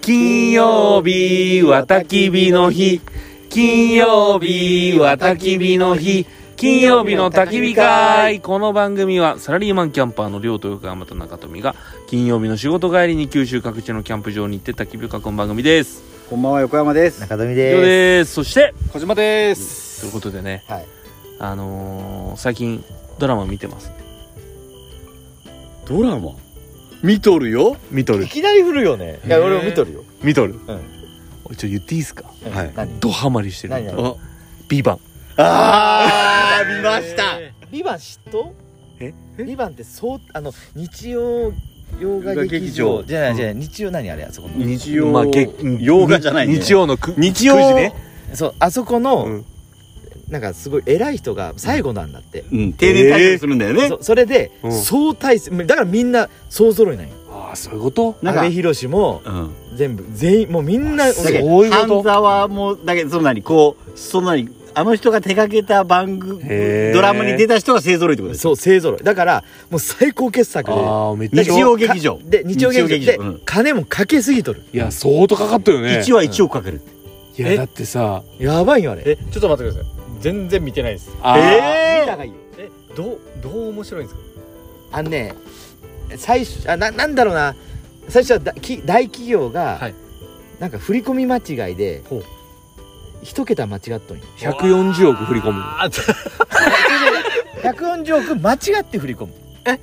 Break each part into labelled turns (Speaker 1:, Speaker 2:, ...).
Speaker 1: 金曜日は焚き火の日金曜日は焚き火の日金曜日の焚き火会この番組はサラリーマンキャンパーの亮と横山と中富が金曜日の仕事帰りに九州各地のキャンプ場に行って焚き火を囲む番組です
Speaker 2: こんばんは横山です。
Speaker 3: 中富
Speaker 1: 亮
Speaker 3: で
Speaker 1: ですそして
Speaker 2: 小島で
Speaker 1: という
Speaker 2: す。
Speaker 1: ことでね
Speaker 3: す。はい。
Speaker 1: あのー、最近ドラマ見てます
Speaker 2: ドラマ見とるよ。
Speaker 1: 見とる
Speaker 3: いきなり振るよね。いや、俺も見とるよ。
Speaker 1: 見とる
Speaker 3: うん。
Speaker 1: おいちょっと言っていいですか
Speaker 2: はい
Speaker 3: 何
Speaker 1: ドハマりして
Speaker 3: 何
Speaker 1: る
Speaker 3: 何
Speaker 2: あ
Speaker 1: ビバン
Speaker 2: あー見ました。
Speaker 3: リバン嫉妬
Speaker 1: え
Speaker 3: リバンってそう、あの、日曜洋画劇場。じゃないじゃない、日曜何あれあそこの。
Speaker 2: 日曜
Speaker 1: まあげ
Speaker 2: 洋画じゃないね。
Speaker 1: 日曜のく
Speaker 2: 日曜
Speaker 1: 9時ね
Speaker 3: そう、あそこ
Speaker 1: う
Speaker 3: の
Speaker 1: ん、
Speaker 3: なんかすごい偉い人が最後なんだって。
Speaker 2: うん定年退職するんだよね。
Speaker 3: そそれで
Speaker 1: うん
Speaker 3: 総体制だからみんな総揃いなんよ
Speaker 1: ああそういうこと
Speaker 2: なん
Speaker 3: 阿
Speaker 2: か
Speaker 3: 部寛も
Speaker 2: うん。
Speaker 3: 全部全員もうみんな
Speaker 1: あ
Speaker 2: だ
Speaker 1: す
Speaker 2: け
Speaker 1: ごい
Speaker 2: ど
Speaker 1: こと
Speaker 2: 半沢もだけどそのなにこうそのなにあの人が手掛けた番組
Speaker 1: へー
Speaker 2: ドラマに出た人が勢ぞろいってことです。
Speaker 3: そう勢ぞろいだからもう最高傑作で
Speaker 1: ああめっちゃ
Speaker 2: 日曜劇場
Speaker 3: かで日曜劇場
Speaker 2: 日曜
Speaker 3: で
Speaker 2: 劇場うん
Speaker 3: 金もかけすぎとる
Speaker 1: いや相当かかったよね
Speaker 2: 一話一億かける。
Speaker 1: いや
Speaker 3: え
Speaker 1: だってさ
Speaker 3: やばいよあれ
Speaker 4: えちょっと待ってください全然見てないです
Speaker 1: あー
Speaker 3: 見た方がいいよ
Speaker 4: えどうどう面白いんですか
Speaker 3: あのね最初あななんだろうな最初はだき大企業が、
Speaker 4: はい
Speaker 3: なんか振り込み間違いで
Speaker 4: ほう
Speaker 3: 一桁間違っとんよ
Speaker 1: 140億振り込む
Speaker 4: あー
Speaker 3: 140億間違って振り込む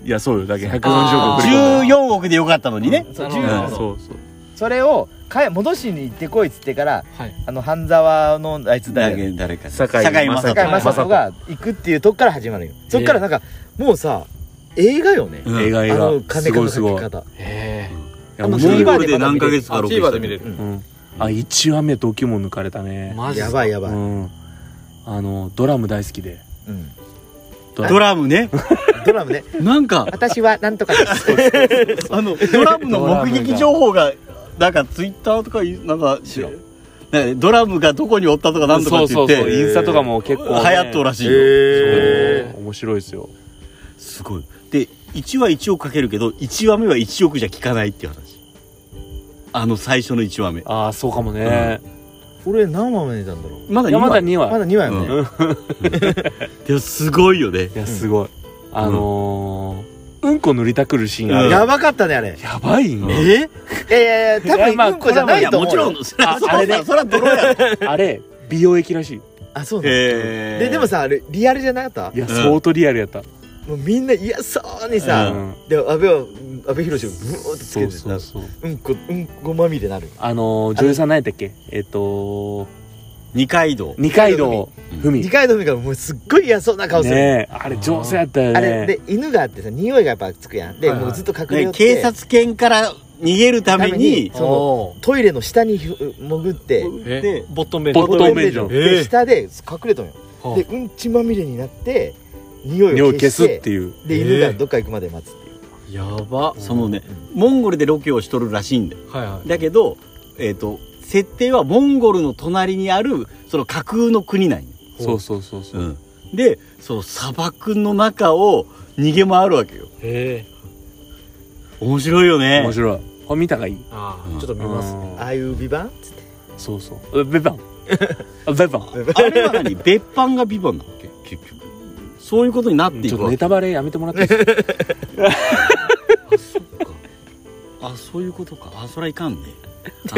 Speaker 1: いやそうよだけど140
Speaker 4: あ
Speaker 1: 億
Speaker 4: ー
Speaker 1: 振り込
Speaker 2: 十
Speaker 1: む
Speaker 2: 四億でよかったのにね。
Speaker 3: そう
Speaker 4: なる
Speaker 3: 10
Speaker 4: ほど
Speaker 3: 億
Speaker 1: うん
Speaker 3: の
Speaker 1: そうそう
Speaker 3: それをかえ戻しに行ってこいっつってから
Speaker 4: はい
Speaker 3: あの半沢のあいつだ
Speaker 2: だ
Speaker 3: よ
Speaker 2: け誰か
Speaker 1: 堺
Speaker 2: 雅
Speaker 3: 坂
Speaker 2: 人
Speaker 3: 井雅人が行くっていうとこから始まるよそっからなんかもうさ映画よね
Speaker 2: うん
Speaker 1: 映画映
Speaker 3: あ
Speaker 1: 画
Speaker 3: の金
Speaker 1: すごい
Speaker 3: の
Speaker 1: す
Speaker 3: か
Speaker 1: ご
Speaker 3: け
Speaker 1: い
Speaker 3: 方
Speaker 4: え
Speaker 1: いや
Speaker 3: あの
Speaker 1: 面白
Speaker 2: モ
Speaker 1: い
Speaker 2: ン
Speaker 1: よ
Speaker 2: ゴルで何ヶ月か録画したの
Speaker 4: TVer で見れる
Speaker 3: う
Speaker 1: うんあ1話目時も抜かれたね
Speaker 4: ー、マジっ
Speaker 3: や
Speaker 4: すか
Speaker 3: ばいや
Speaker 1: う
Speaker 3: ばい、うん
Speaker 1: んあのドラム大好きでド
Speaker 2: ドラムね。
Speaker 3: ドラムね
Speaker 2: なんか
Speaker 3: 私はなんとかです
Speaker 2: あのドラムの目撃情報がなんかツイッターとかいなんか知らんなんかドラムがどこにおったとかなんとか
Speaker 1: そ
Speaker 2: っ
Speaker 1: うそう
Speaker 2: て言って
Speaker 1: そうインスタとかも結
Speaker 2: 流
Speaker 1: 構ね
Speaker 2: 行っとるらしいよ、
Speaker 1: そう面白いですよ
Speaker 2: すごいで1話1億かけるけど1話目は1億じゃ効かないっていう話あの最初の1話目
Speaker 1: ああそうかもね
Speaker 3: 俺何話まで出たんだろう
Speaker 2: まだ
Speaker 1: い
Speaker 2: 2
Speaker 1: やまだ
Speaker 2: 話
Speaker 1: 2話
Speaker 3: まだ2話よね、
Speaker 2: うん でもすごいよね
Speaker 1: いやすごいあのーうんこ塗りたくるシーンあ
Speaker 2: う
Speaker 1: る
Speaker 2: ん
Speaker 3: やばかったねあれ
Speaker 1: やばい
Speaker 2: うん
Speaker 1: ね
Speaker 2: え
Speaker 3: いやいやいや多
Speaker 1: いやまあ
Speaker 3: 分うんこじゃないい
Speaker 2: や
Speaker 3: と
Speaker 2: も
Speaker 3: 思う
Speaker 2: ち
Speaker 3: よ
Speaker 2: ろんそれは
Speaker 1: あ
Speaker 2: そう
Speaker 1: あ
Speaker 2: だ
Speaker 1: れ ね
Speaker 2: それは泥やろ
Speaker 1: あれ美容液らしい
Speaker 3: あそうなの、
Speaker 2: へ
Speaker 3: ででもさあれリアルじゃなかった
Speaker 1: いや相当リアルやった
Speaker 3: もうみんな嫌そうに
Speaker 2: う
Speaker 3: さ、
Speaker 1: ん
Speaker 3: で阿部は阿部寛をブーってつ
Speaker 1: そ
Speaker 3: け
Speaker 1: う
Speaker 3: てさ
Speaker 1: そうそう
Speaker 3: うんこうんこまみれなる
Speaker 1: あのー女優さん何やったっけえっと
Speaker 2: 二階堂
Speaker 1: 二階堂ふみ
Speaker 3: 二階堂美がもうすっごい嫌そうな顔する、
Speaker 1: ねえあれ上手やったよね
Speaker 3: あれで犬があってさ匂いがやっぱつくやんで、
Speaker 4: はいはい
Speaker 3: もうずっと隠れよ
Speaker 2: ね
Speaker 3: って
Speaker 2: 警察犬から逃げるために
Speaker 3: そのトイレの下にひ潜って
Speaker 4: え
Speaker 2: で
Speaker 4: ボットンベ
Speaker 1: ボットンベンジ
Speaker 3: ジ
Speaker 1: ョン
Speaker 3: ョン
Speaker 4: ええ
Speaker 3: で下で隠れとんよ、
Speaker 4: はあ
Speaker 3: でうんちまみれになって匂い
Speaker 1: 尿
Speaker 3: を
Speaker 1: を消
Speaker 3: 消
Speaker 1: す
Speaker 3: し
Speaker 1: ってていう
Speaker 3: で
Speaker 4: ええ
Speaker 3: 犬がどっか行くまで待つっていう、
Speaker 4: やば
Speaker 2: そのねモンゴルでロケをしとるらしいんだよ
Speaker 4: はいはい
Speaker 2: だけど、えっと設定はモンゴルの隣にあるその架空の国なんよ、
Speaker 1: そうそうそうそう、
Speaker 2: でその砂漠の中を逃げ回るわけよ
Speaker 4: ええ
Speaker 2: 面白いよね
Speaker 1: 面白いこれ見た方がいい
Speaker 4: あ
Speaker 2: う
Speaker 4: あ
Speaker 2: ん
Speaker 4: ちょっと見ますね
Speaker 1: うん
Speaker 3: ああいう美版つって
Speaker 1: そうそうベ バンベバン
Speaker 2: あれは何別班がビバンなわけ 結局そういうことになってい
Speaker 1: ちょっ
Speaker 2: く
Speaker 1: と
Speaker 2: わ
Speaker 1: ネ
Speaker 2: け
Speaker 1: タバレやめてもらっていいですか
Speaker 2: あそっかあそういうことかあそりゃいかんねあ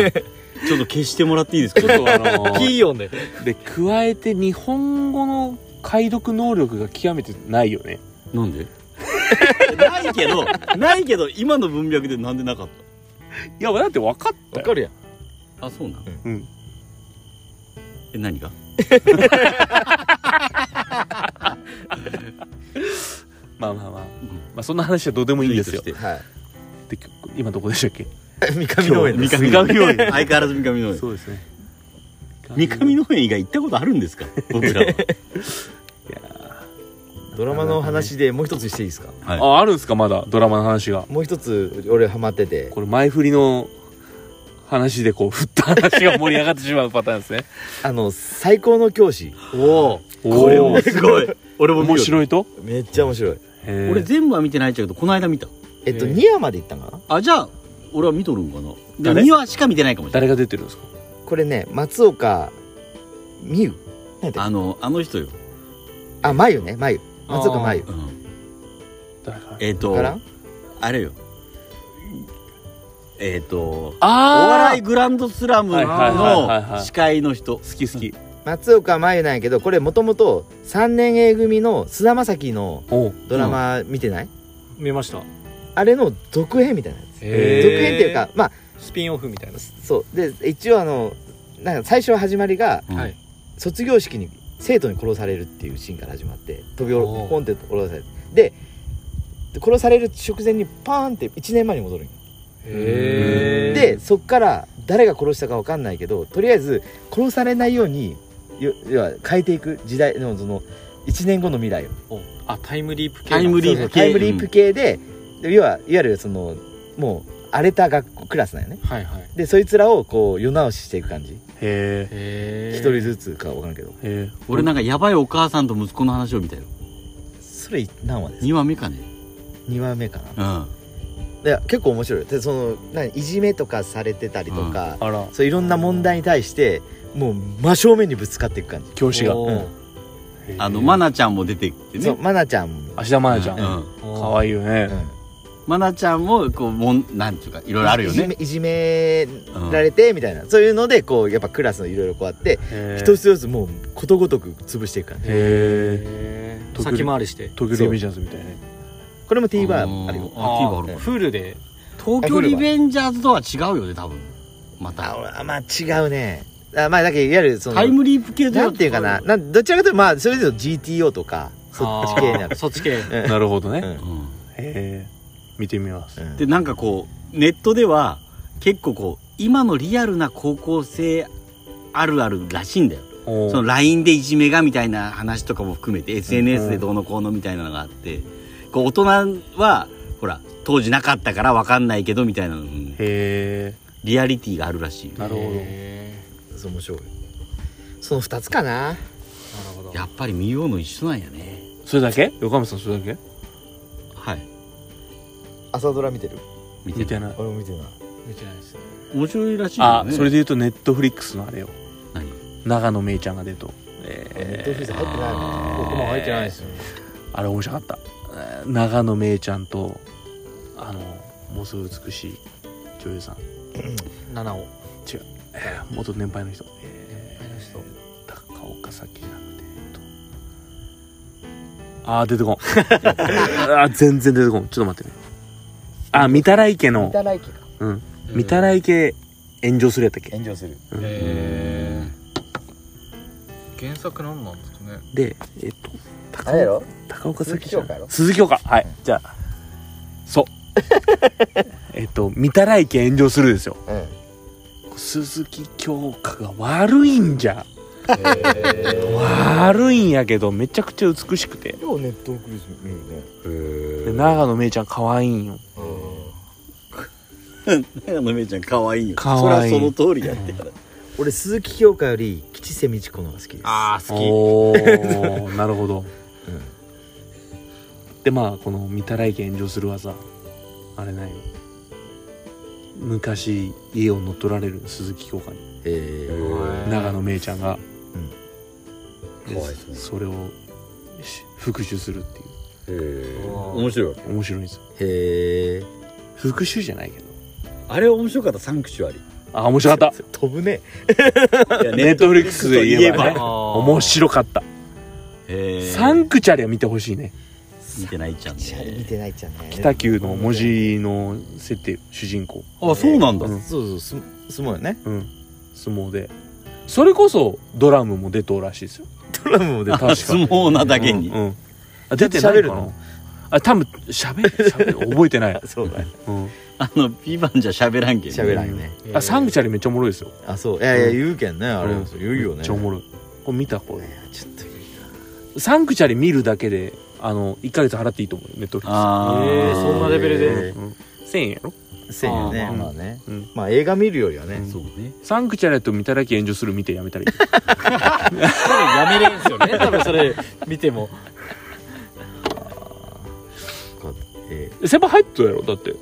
Speaker 2: ちょっと消してもらっていいですか
Speaker 1: ちょっとあの
Speaker 4: キ
Speaker 1: ー
Speaker 4: ーヨンで
Speaker 1: で加えて日本語の解読能力が極めてないよね
Speaker 2: なんで ないけどないけど今の文脈でなんでなかっ
Speaker 1: いやだって分かった
Speaker 3: わ
Speaker 1: よ
Speaker 3: かるやん
Speaker 2: たあそうなん
Speaker 1: うん
Speaker 2: え何が
Speaker 1: まあまあまあ、まあ、そんな話はどうでもいいんですよ
Speaker 2: ツイートして
Speaker 3: はい
Speaker 1: で今どこでしたっけ
Speaker 3: 三上農園
Speaker 2: 三
Speaker 3: です
Speaker 2: 上農園相変わらず三上農園
Speaker 1: そうですね
Speaker 2: 三上農園以外行ったことあるんですか僕らは、
Speaker 3: ドラマの話でもう一つしていいですか
Speaker 2: はい
Speaker 1: ああるんですかまだドラマの話が
Speaker 3: もう一つ俺ハマってて
Speaker 1: これ前振りの話でこう振った話が盛り上がってしまうパターン ですね
Speaker 3: あの最高の教師
Speaker 2: おお
Speaker 1: お
Speaker 2: これもすごい俺も
Speaker 1: 面
Speaker 2: 面白い
Speaker 1: 白いと
Speaker 3: めっちゃ面白い
Speaker 1: へー
Speaker 2: 俺全部は見てないっちゃうけどこの間見た
Speaker 3: えっと
Speaker 4: えー
Speaker 3: 2話まで行ったんかな
Speaker 2: あじゃあ俺は見とるんかなで
Speaker 1: 誰
Speaker 2: 2話しか見てないかもしれ
Speaker 1: 誰
Speaker 2: ない
Speaker 1: が出てるんですか
Speaker 3: これね松岡美優
Speaker 2: あのあの人よ、
Speaker 3: あまゆねまゆ松岡まゆ
Speaker 2: うん
Speaker 1: 誰か
Speaker 2: えっ、と
Speaker 3: から
Speaker 2: あれよえっ、とお
Speaker 1: あ
Speaker 2: 笑いグランドスラム
Speaker 1: はいはいはいはいは
Speaker 2: の
Speaker 1: い
Speaker 2: 司会の人
Speaker 1: 好き好き
Speaker 3: 松岡まゆなんやけどこれもともと3年 A 組の菅田将暉の
Speaker 1: お
Speaker 3: ドラマ見てない、
Speaker 4: 見ました
Speaker 3: あれの続編みたいなやつ
Speaker 1: へー
Speaker 3: 続編っていうかまあ
Speaker 4: スピンオフみたいな
Speaker 3: そうで一応あのなんか最初の始まりが
Speaker 2: うん
Speaker 4: はい
Speaker 3: 卒業式に生徒に殺されるっていうシーンから始まって飛び降
Speaker 4: おう
Speaker 3: ろポンって殺されてで殺される直前にパーンって1年前に戻るんよ
Speaker 1: へ
Speaker 3: でそっから誰が殺したかわかんないけどとりあえず殺されないようによ要は変えていく時代のその1年後の未来を
Speaker 4: おあタイムリープ系
Speaker 2: タイムリープ系
Speaker 3: タイムリープ系で、要はいわゆるそのもう荒れた学校クラスなんよね
Speaker 4: はいはい
Speaker 3: でそいつらをこう世直ししていく感じ
Speaker 1: へ
Speaker 4: へ
Speaker 3: 一、
Speaker 4: え
Speaker 3: 人ずつかわからんけど
Speaker 1: えへえ
Speaker 2: 俺なんかやばいお母さんと息子の話を見たよ
Speaker 3: それ何話です
Speaker 2: 2話目かね
Speaker 3: 2話目か
Speaker 2: う
Speaker 3: な
Speaker 2: ん
Speaker 3: いや結構面白いでその何いじめとかされてたりとか、
Speaker 1: あら
Speaker 3: そういろんな問題に対してもう真正面にぶつかっていく感じ、
Speaker 1: 教師が
Speaker 4: おー
Speaker 2: あの
Speaker 1: ま
Speaker 2: マナちゃんも出てきてね
Speaker 3: そう愛菜ちゃんも、
Speaker 1: 芦田愛菜ちゃ
Speaker 2: うんん
Speaker 1: 可愛いよ
Speaker 3: う
Speaker 1: ね
Speaker 3: ん
Speaker 2: マナちゃんもこうもんなんていうかいろいろあるよね
Speaker 3: いじめいじめられてみたいな、そういうのでこうやっぱクラスのいろいろこうあっ
Speaker 1: へ
Speaker 3: て、
Speaker 1: え
Speaker 3: 一つずつもうことごとく潰していく感じ
Speaker 1: へえ
Speaker 4: へー
Speaker 1: 特に
Speaker 4: 先回りして
Speaker 1: 東京リベンジャーズみたいなね
Speaker 3: これも TVer
Speaker 2: ー
Speaker 3: あるよ
Speaker 2: あ TVer ある
Speaker 3: うん
Speaker 2: か
Speaker 4: フールで
Speaker 2: 東京リベンジャーズとは違うよね多分ま
Speaker 3: あ
Speaker 2: た
Speaker 3: 俺あまあ違うねあまあだけどいわゆるその
Speaker 2: タイムリープ系と
Speaker 3: なんていうかななんどちらかというとまあそれぞれ GTO とかそっち系にな
Speaker 4: あー
Speaker 3: る
Speaker 4: そっち系
Speaker 1: なるほど
Speaker 3: うん
Speaker 1: ね
Speaker 2: う
Speaker 1: へえ見てみます
Speaker 3: うん
Speaker 2: んでなんかこうネットでは結構こう今のリアルな高校生あるあるらしいんだよ
Speaker 1: お
Speaker 2: その
Speaker 1: ー
Speaker 2: LINE でいじめがみたいな話とかも含めて SNS でどうのこうのみたいなのがあってこう大人はほら当時なかったから分かんないけどみたいなのに
Speaker 1: へ
Speaker 2: リアリティがあるらしいよ
Speaker 1: なるほど
Speaker 4: へ
Speaker 3: そう面白いその2つかな
Speaker 4: ーなるほど
Speaker 2: やっぱり見ようの一緒なんやね
Speaker 1: えそれだけ横山さんそれだけ
Speaker 2: はい
Speaker 3: 朝ドラ見てる
Speaker 2: 見て
Speaker 1: み
Speaker 2: る
Speaker 1: たいな
Speaker 3: 俺も見てない
Speaker 4: 見てないですね
Speaker 2: 面白いらしいよ
Speaker 1: あ
Speaker 2: ね
Speaker 1: それで言うとネットフリックスのあれよ
Speaker 2: 何
Speaker 1: 長野めいちゃんが出ると
Speaker 3: ネッ
Speaker 1: え
Speaker 3: トフリックス入ってない
Speaker 2: あ
Speaker 3: ね
Speaker 2: ー
Speaker 4: 僕も入ってないですよね
Speaker 1: ーあれ面白かったえー長野めいちゃんとあのもうすぐ美しい女優さん
Speaker 4: 七尾
Speaker 1: えー元年配の人え
Speaker 4: あの人
Speaker 1: ー高岡早紀じゃなくてえっとあー出てこん あー全然出てこんちょっと待ってねあ御手洗家の
Speaker 3: 見たらいけか
Speaker 1: うん御手洗家炎上するやったっけ
Speaker 3: 炎上する
Speaker 1: うん
Speaker 4: へえ原作何なんですかね
Speaker 1: でえっと高
Speaker 3: あれやろ
Speaker 1: 高岡
Speaker 3: 鈴
Speaker 1: 早紀
Speaker 3: 木
Speaker 1: じゃ
Speaker 3: 京
Speaker 1: ん
Speaker 3: 香やろ
Speaker 1: 鈴木岡はい、じゃあ そうえっと「御手洗家炎上する」ですよ
Speaker 3: うん
Speaker 1: 鈴木京香が悪いんじゃ
Speaker 4: へ
Speaker 1: 悪いんやけどめちゃくちゃ美しくて
Speaker 3: ようネットフリックス見るね
Speaker 1: で長野めいちゃん可愛いんよ
Speaker 2: 長野めいちゃん可愛いよ
Speaker 1: 可愛い
Speaker 2: それはその通りやって
Speaker 3: 俺鈴木京香より吉瀬美智子の方が好きです
Speaker 2: ああ好
Speaker 1: お ーなるほど
Speaker 3: うん
Speaker 1: でまあこの「御手洗家炎上する技」あれなんよ昔家を乗っ取られる鈴木京香に
Speaker 3: えー
Speaker 4: ー
Speaker 1: 長野めいちゃんが、
Speaker 2: うんかわいそう
Speaker 1: それをし復讐するってい
Speaker 2: きへ
Speaker 4: ー
Speaker 2: 面白いわ
Speaker 1: う面白いんですよ
Speaker 3: へえ
Speaker 1: 復讐じゃないけど
Speaker 2: あれ面白かったサンクチュアリ
Speaker 1: あ面白かった
Speaker 3: 飛ぶね
Speaker 2: いや
Speaker 1: ネットフリックスで言えばね
Speaker 2: ネットフリックスとい
Speaker 1: 面白かった
Speaker 2: えば
Speaker 1: サンクチャリは見てほしいね
Speaker 2: 見てないちゃん
Speaker 3: シャレ見てないじゃんね
Speaker 1: 北九の文字の設定主人公
Speaker 2: あそうなんだ
Speaker 1: うん
Speaker 3: そうそうす相撲よね
Speaker 1: うん相撲でそれこそドラムも出とうらしいですよ
Speaker 3: ドラムも出
Speaker 1: 確
Speaker 3: た
Speaker 1: かに
Speaker 2: 相撲なだけに
Speaker 1: うんうんあ出てない
Speaker 3: 喋る
Speaker 1: かな
Speaker 3: の
Speaker 1: あ多分喋る喋る覚えてない、
Speaker 3: そうだね
Speaker 1: うん
Speaker 2: あの「ビバンじゃ喋らんけんね
Speaker 3: 喋らんよね
Speaker 1: あサンクチャリめっちゃおもろいですよ
Speaker 3: あそういやいや言うけんねあれ
Speaker 1: うん
Speaker 3: 言うよ
Speaker 1: め
Speaker 3: ね
Speaker 1: っちゃおもろいこれ見たこれ
Speaker 3: いやちょっといい
Speaker 1: サンクチャリ見るだけであの1ヶ月払っていいと思うよネットフリッ
Speaker 2: あ
Speaker 4: へ
Speaker 2: ー
Speaker 4: ーそんなレベル
Speaker 1: ク
Speaker 4: で
Speaker 1: ス、うんうん、1000円やろ
Speaker 3: せんよね
Speaker 4: あー
Speaker 3: まあね
Speaker 1: うん
Speaker 3: まあ映画見るよりはね
Speaker 2: そうね
Speaker 1: サンクチャリと見ただけ炎上する見てやめたり
Speaker 4: 多分やめれんすよね多分それ見ても
Speaker 3: え
Speaker 1: 先輩入っとるやろだって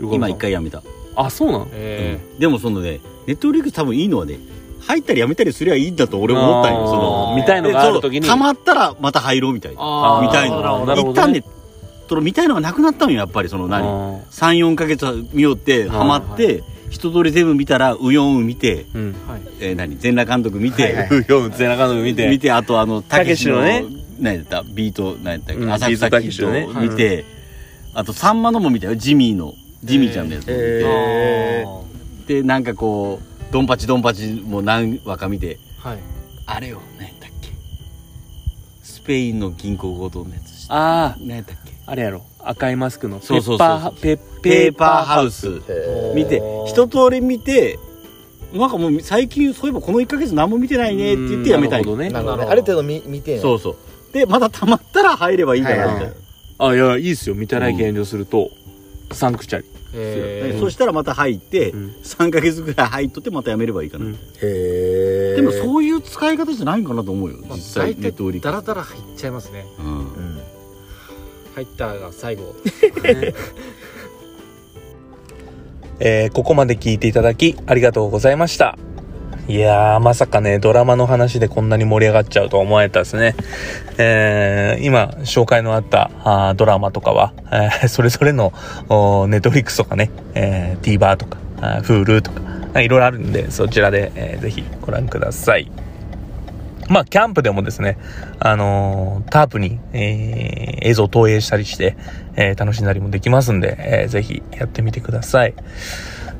Speaker 2: 今一回やめた
Speaker 5: あそうなの
Speaker 4: え
Speaker 2: でもそのねネットフリックス多分いいのはね入ったりやめたりすりゃいいんだと俺も思ったん
Speaker 5: あ
Speaker 2: よ
Speaker 5: ー
Speaker 2: その
Speaker 5: 見たいのがある時に
Speaker 2: たまったらまた入ろうみたいな
Speaker 4: あ
Speaker 5: ー
Speaker 2: 見たいの
Speaker 5: なるほどなるほ
Speaker 2: 一
Speaker 5: ど
Speaker 2: 旦
Speaker 5: ね
Speaker 2: ねその見たいのがなくなったのよやっぱりその何
Speaker 5: あ
Speaker 2: 34か月見よってハマって、一通り全部見たらうよんう見て、
Speaker 5: ーうん
Speaker 4: ーはい
Speaker 2: えー何全裸監督見て、
Speaker 3: はいはい
Speaker 5: 読む背中の見て
Speaker 2: 見てあとあのたけしの
Speaker 5: たけしの
Speaker 2: 何やったビート何やったっけ、
Speaker 5: うん
Speaker 2: 浅草キッドを
Speaker 5: ビートたけしのね
Speaker 2: 見て、あとさんまのも見たよジミーのジミーちゃんのやつも見て、
Speaker 3: えー
Speaker 2: でなんかこうドンパチドンパチも何話か見て
Speaker 4: はい
Speaker 2: あれを何やったっけスペインの銀行強盗のやつし
Speaker 5: あ
Speaker 2: 何やったっけ
Speaker 5: ああれやろ赤いマスクのペ
Speaker 2: そうそうそ
Speaker 5: ッ
Speaker 2: うそ
Speaker 5: パー
Speaker 2: う
Speaker 5: ハペッ
Speaker 2: ペ
Speaker 5: ペ
Speaker 2: ー
Speaker 5: ー
Speaker 2: パ
Speaker 5: パ
Speaker 2: ー
Speaker 5: ー
Speaker 2: ハ
Speaker 5: ハ
Speaker 2: ウ
Speaker 5: ウ
Speaker 2: ス
Speaker 5: ス
Speaker 3: えー
Speaker 2: 見て一通り見てなんかもう最近そういえばこの1か月何も見てないねって言ってやめたい
Speaker 5: なるほどね
Speaker 3: なるほどねある程度見見て
Speaker 2: そうそうでまたたまったら入ればいいかなみたいな、
Speaker 3: はい
Speaker 5: あいやいいっすよ見たら減量すると、サンクチャリ
Speaker 4: え
Speaker 2: で
Speaker 4: ー
Speaker 2: そしたらまた入って、
Speaker 5: うん
Speaker 2: 3か月ぐらい入っとってまたやめればいいかな、
Speaker 5: うん
Speaker 3: へえ
Speaker 2: でもそういう使い方じゃないんかなと思うよ
Speaker 4: まあ
Speaker 2: 実際ネッ
Speaker 4: 大
Speaker 2: トフリ
Speaker 4: 体
Speaker 2: ック
Speaker 4: ダ
Speaker 2: ス
Speaker 4: ラダラ入っちゃいますね
Speaker 2: うん
Speaker 3: うん
Speaker 4: 入ったが最後
Speaker 5: えーここまで聞いていただきありがとうございました。いやー、まさかね、ドラマの話でこんなに盛り上がっちゃうとは思われたですね。えー今、紹介のあったあードラマとかは、えーそ れぞれの、ネットフリックスとかね、えー、TVer とか、あー Hulu とか、いろいろあるんで、そちらで、えーぜひご覧ください。まあ、キャンプでもですね、あのータープに、えー映像を投影したりして、えー楽しんだりもできますんで、えーぜひやってみてください。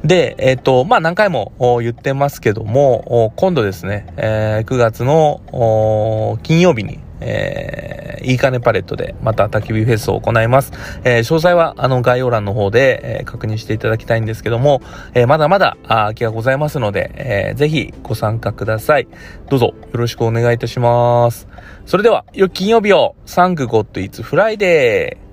Speaker 5: で、えっ、と、まあ、何回もお言ってますけども、お今度ですね、えー9月のお金曜日に、えーいいかねパレットでまた焚き火フェスを行います。えー詳細はあの概要欄の方で、えー確認していただきたいんですけども、えーまだまだあー空きがございますので、えーぜひご参加ください。どうぞよろしくお願いいたします。それでは、良き金曜日を Thank God It's Friday!